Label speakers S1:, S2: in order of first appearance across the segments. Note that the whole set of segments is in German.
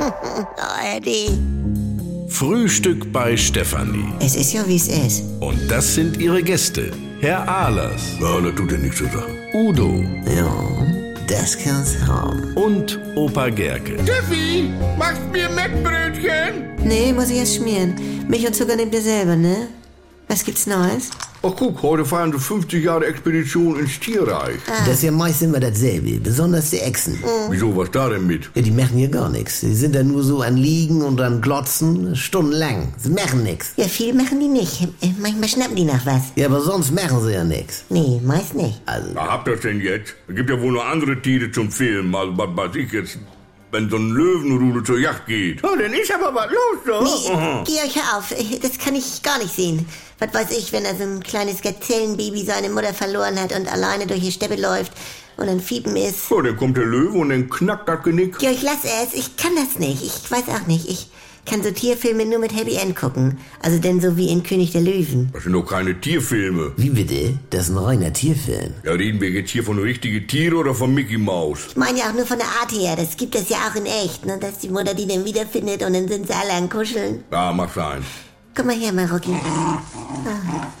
S1: Oh, Eddie.
S2: Frühstück bei Stefanie.
S1: Es ist ja, wie es ist.
S2: Und das sind ihre Gäste. Herr Ahlers. Ja, das tut ja nichts zu sagen. Udo
S1: Ja, das kann's haben.
S2: und Opa Gerke.
S3: Steffi, machst mir Mettbrötchen?
S1: Nee, muss ich erst schmieren. Milch und Zucker nehmt ihr selber, ne? Was gibt's Neues?
S3: Ach guck, heute feiern sie 50 Jahre Expedition ins Tierreich.
S4: Das ist ja meist immer dasselbe, besonders die Echsen.
S3: Wieso, was da denn mit?
S4: Ja, die machen ja gar nichts. Die sind da nur so an Liegen und an Glotzen, stundenlang. Sie machen nichts.
S1: Ja, viel machen die nicht. Äh, Manchmal schnappen die nach was.
S4: Ja, aber sonst machen sie ja nichts.
S1: Nee, meist nicht.
S4: Also,
S3: Na, Ah, habt ihr's denn jetzt? Es gibt ja wohl noch andere Tiere zum Filmen, also was weiß ich jetzt, wenn so ein Löwenrudel zur Jagd geht. Oh, dann ist aber was los, doch.
S1: Nee, Georg, hör auf. Äh, Das kann ich gar nicht sehen. Was weiß ich, wenn da so ein kleines Gazellenbaby seine Mutter verloren hat und alleine durch die Steppe läuft und ein Fiepen ist.
S3: So, dann kommt der Löwe und dann knackt das Genick.
S1: Georg, lass es. Ich kann das nicht. Ich weiß auch nicht. Ich kann so Tierfilme nur mit Happy End gucken. Also denn so wie in König der Löwen.
S3: Das sind doch keine Tierfilme.
S4: wie bitte? Das ist ein reiner Tierfilm.
S3: Ja, reden wir jetzt hier von richtigen Tieren oder von Mickey Mouse?
S1: Ich meine ja auch nur von der Art her. Das gibt es ja auch in echt, ne? Dass die Mutter die dann wiederfindet und dann sind sie alle an Kuscheln.
S3: Ja, Ah, mag sein.
S1: Guck mal her, Ah, Marocki.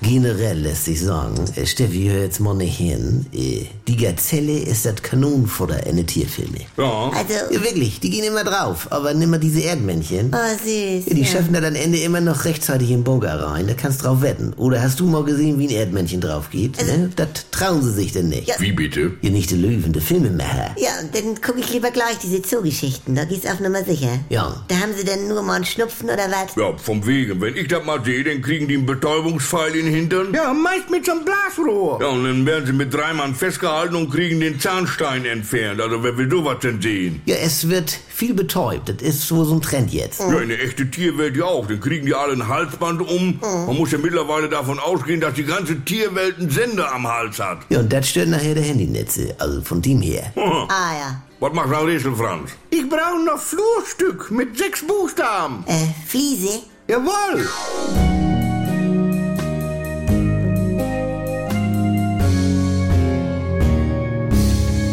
S4: Generell lässt sich sagen, äh, Steffi, hör jetzt mal nicht hin. äh, Die Gazelle ist das Kanonenfutter in den Tierfilmen.
S3: Ja,
S1: Also,
S4: Ja, wirklich, die gehen immer drauf. Aber nimm mal diese Erdmännchen.
S1: oh süß.
S4: Ja, die
S1: ja.
S4: schaffen da am Ende immer noch rechtzeitig im Bunker rein. Da kannst drauf wetten. Oder hast du mal gesehen, wie ein Erdmännchen drauf geht? Ne? Das trauen sie sich denn nicht.
S1: Ja.
S3: wie bitte?
S4: Ihr nicht die Löwen, der Filmemacher.
S1: Ja, dann gucke ich lieber gleich diese Zoogeschichten. Da geht's auf Nummer sicher.
S4: Ja.
S1: Da haben sie denn nur mal einen Schnupfen oder was?
S3: Ja, vom Wegen. Wenn ich das mal sehe, dann kriegen die einen Betäubungspfeil in den Hintern. Ja, meist mit so einem Blasrohr. Ja, und dann werden sie mit drei Mann festgehalten und kriegen den Zahnstein entfernt. Also, wer will sowas denn sehen?
S4: Ja, es wird viel betäubt. Das ist so so ein Trend jetzt.
S3: Ja, in der echten Tierwelt ja auch. Dann kriegen die alle ein Halsband um. Man muss ja mittlerweile davon ausgehen, dass die ganze Tierwelt einen Sender am Hals hat.
S4: Ja, und das stört nachher der Handynetze. Also von dem her.
S1: Ah ja.
S3: Was macht Frau Riesel, Franz? Ich brauche noch Flurstück mit sechs Buchstaben.
S1: Äh, Fliese?
S3: Jawohl.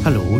S5: Hallo,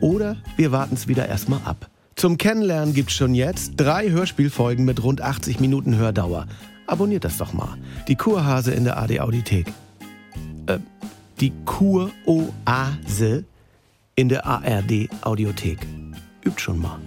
S5: Oder wir warten es wieder erstmal ab. Zum Kennenlernen gibt's schon jetzt drei Hörspielfolgen mit rund 80 Minuten Hördauer. Abonniert das doch mal. Die Kurhase in der AD Audiothek. Äh, die Kuroase in der ARD Audiothek. Übt schon mal.